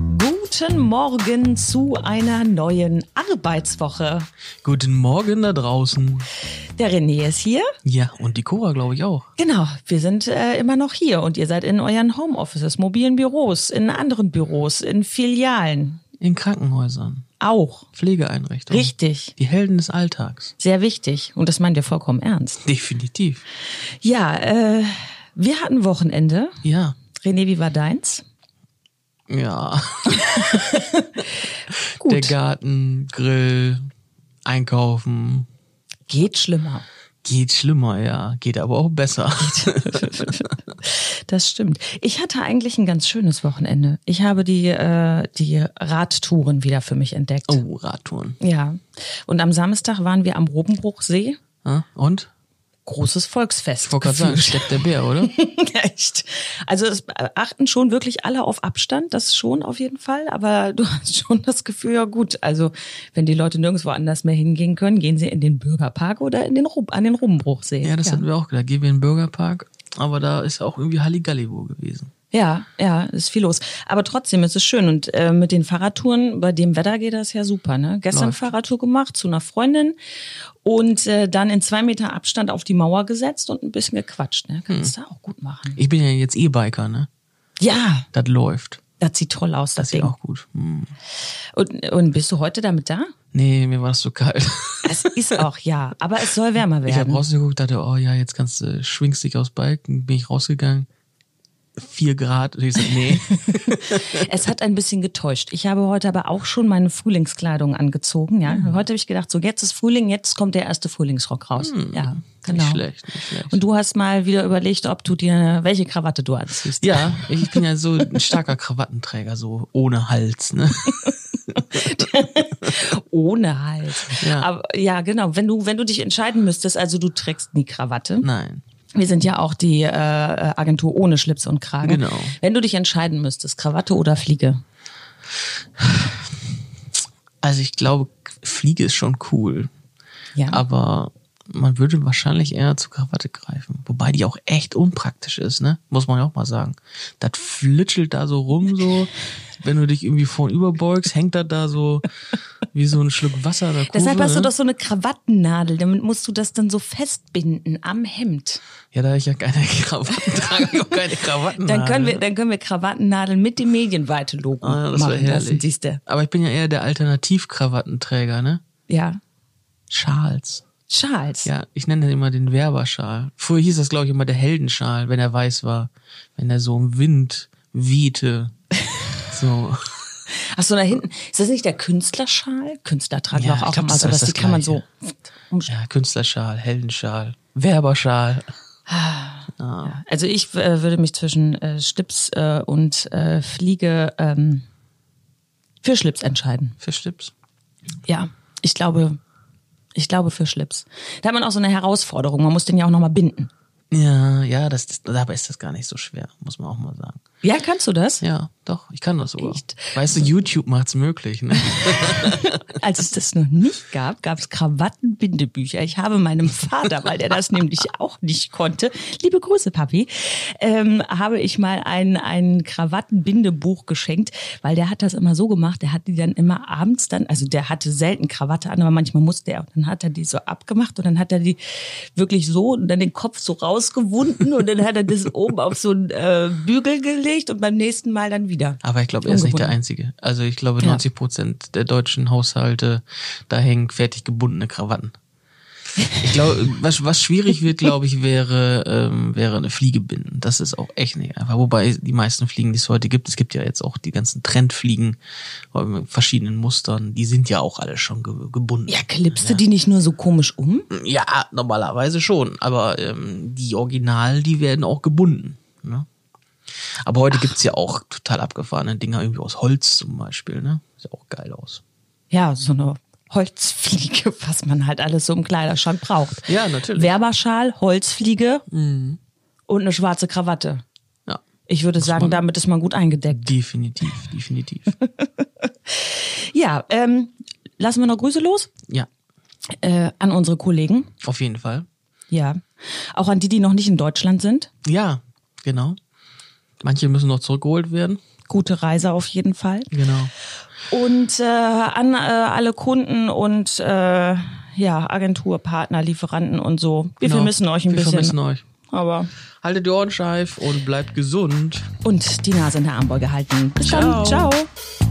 Guten Morgen zu einer neuen Arbeitswoche. Guten Morgen da draußen. Der René ist hier. Ja, und die Cora, glaube ich, auch. Genau, wir sind äh, immer noch hier und ihr seid in euren Homeoffices, mobilen Büros, in anderen Büros, in Filialen. In Krankenhäusern, Auch. Pflegeeinrichtungen. Richtig. Die Helden des Alltags. Sehr wichtig. Und das meinen wir vollkommen ernst. Definitiv. Ja, äh, wir hatten Wochenende. Ja. René, wie war deins? Ja. Gut. Der Garten, Grill, Einkaufen. Geht schlimmer. Geht schlimmer, ja. Geht aber auch besser. Das stimmt. Ich hatte eigentlich ein ganz schönes Wochenende. Ich habe die, äh, die Radtouren wieder für mich entdeckt. Oh, Radtouren. Ja. Und am Samstag waren wir am Robenbruchsee. Ja, Und? Großes Volksfest. Ich wollte gerade sagen, steppt der Bär, oder? Echt. Also es achten schon wirklich alle auf Abstand, das schon auf jeden Fall. Aber du hast schon das Gefühl, ja gut, also wenn die Leute nirgendwo anders mehr hingehen können, gehen sie in den Bürgerpark oder in den Ru- an den Robenbruchsee. Ja, das hatten wir auch gedacht. Gehen wir in den Bürgerpark. Aber da ist auch irgendwie Halligalli wohl gewesen. Ja, ja, ist viel los. Aber trotzdem ist es schön. Und äh, mit den Fahrradtouren, bei dem Wetter geht das ja super. Ne? Gestern Läuft. Fahrradtour gemacht zu einer Freundin und äh, dann in zwei Meter Abstand auf die Mauer gesetzt und ein bisschen gequatscht. Ne? Hm. Kannst du auch gut machen. Ich bin ja jetzt E-Biker, ne? Ja, Das läuft. das sieht toll aus, das, Das sieht Ding. auch gut. Hm. Und, und bist du heute damit da? Nee, mir war es zu kalt. Es ist auch, ja. Aber es soll wärmer Ich habe werden. rausgeguckt, dachte, oh ja, jetzt kannst du, schwingst dich aufs Balken, bin ich rausgegangen. Vier Grad. Und ich so, nee. es hat ein bisschen getäuscht. Ich habe heute aber auch schon meine Frühlingskleidung angezogen. Ja, Hm. heute habe ich gedacht, so jetzt ist Frühling, jetzt kommt der erste Frühlingsrock raus. Ja, genau. Hm. Nicht schlecht, nicht schlecht. Und du hast mal wieder überlegt, ob du dir welche Krawatte du anziehst. ja, ich bin ja so ein starker Krawattenträger, so ohne Hals, ne? Ohne Hals. Ja. Aber ja, genau. Wenn du, wenn du dich entscheiden müsstest, also du trägst nie Krawatte. Nein. Wir sind ja auch die äh, Agentur ohne Schlips und Kragen. Genau. Wenn du dich entscheiden müsstest, Krawatte oder Fliege? Also ich glaube, Fliege ist schon cool, Ja. aber man würde wahrscheinlich eher zur Krawatte greifen. Wobei die auch echt unpraktisch ist, ne? Muss man ja auch mal sagen. Das flitschelt da so rum, so. Wenn du dich irgendwie vornüberbeugst, hängt das da so wie so ein Schluck Wasser. in der Deshalb Kurve, hast du ne? doch so eine Krawattennadel, damit musst du das dann so festbinden am Hemd. Ja, da ich ja keine Krawatten trage, ich auch keine Krawatten. Dann können wir, trage. dann können wir Krawattennadeln mit dem Medienweite-Logo Ah, ja, das wär machen lassen, herrlich. siehst du. Aber ich bin ja eher der Alternativkrawattenträger, ne? Ja. Schals. Charles. Ja, ich nenne den immer den Werberschal. Früher hieß das, glaube ich, immer der Heldenschal, wenn er weiß war. Wenn er so im Wind wehte. So. Ach so, da hinten. Ist das nicht der Künstlerschal? Künstler tragen Ja, doch ich auch glaub, immer das so, ist dass die das kann man so. Ja, Künstlerschal, Heldenschal, Werberschal. Ja. Also ich äh, würde mich zwischen äh, Schlips äh, und äh, Fliege ähm, für Schlips entscheiden. Verstippst? Ja, ich glaube, ich glaube für Schlips. Da hat man auch so eine Herausforderung. Man muss den ja auch nochmal binden. Ja, ja, das, das, dabei ist das gar nicht so schwer, muss man auch mal sagen. Ja, kannst du das? Ja, doch, ich kann das sogar. Echt? Also Weißt du, YouTube macht's möglich, ne? Als es das noch nicht gab, gab es Krawattenbindebücher. Ich habe meinem Vater, weil der das nämlich auch nicht konnte, liebe Grüße, Papi, ähm, habe ich mal ein, ein Krawattenbindebuch geschenkt, weil der hat das immer so gemacht, der hat die dann immer abends dann, also der hatte selten Krawatte an, aber manchmal musste er, und dann hat er die so abgemacht und dann hat er die wirklich so und dann den Kopf so rausgewunden und dann hat er das oben auf so einen äh, Bügel gelegt und beim nächsten Mal dann wieder. Aber ich glaube, er ist nicht der Ungebunden. Einzige. Also ich glaube, Ja. 90 Prozent der deutschen Haushalte, da hängen fertig gebundene Krawatten. Ich glaube, was, was schwierig wird, glaube ich, wäre, ähm, wäre eine Fliege binden. Das ist auch echt nicht einfach. Wobei die meisten Fliegen, die es heute gibt, es gibt ja jetzt auch die ganzen Trendfliegen mit verschiedenen Mustern, die sind ja auch alle schon ge gebunden. Ja, klippst du die nicht nur so komisch um? Ja, normalerweise schon. Aber ähm, die Original, die werden auch gebunden. Ne? Aber heute gibt's ja auch total abgefahrene Dinger, irgendwie aus Holz zum Beispiel. Ne? Sieht auch geil aus. ja, so eine Holzfliege, was man halt alles so im Kleiderschrank braucht. Ja, natürlich. Mhm. Werberschal, Holzfliege und eine schwarze Krawatte. Ja, Ich würde sagen, damit ist man gut eingedeckt. definitiv, definitiv. Ja, ähm, lassen wir noch Grüße los ja, äh, an unsere Kollegen. auf jeden Fall. Ja, auch an die, die noch nicht in Deutschland sind. Ja, genau. Manche müssen noch zurückgeholt werden. Gute Reise auf jeden Fall. Genau. Und äh, an äh, alle Kunden und äh, ja, Agentur, Partner, Lieferanten und so. Wir genau. vermissen euch ein Wir bisschen. vermissen euch. Aber Haltet die Ohren steif und bleibt gesund. und die Nase in der Armbeuge halten. Bis dann. Ciao. Ciao.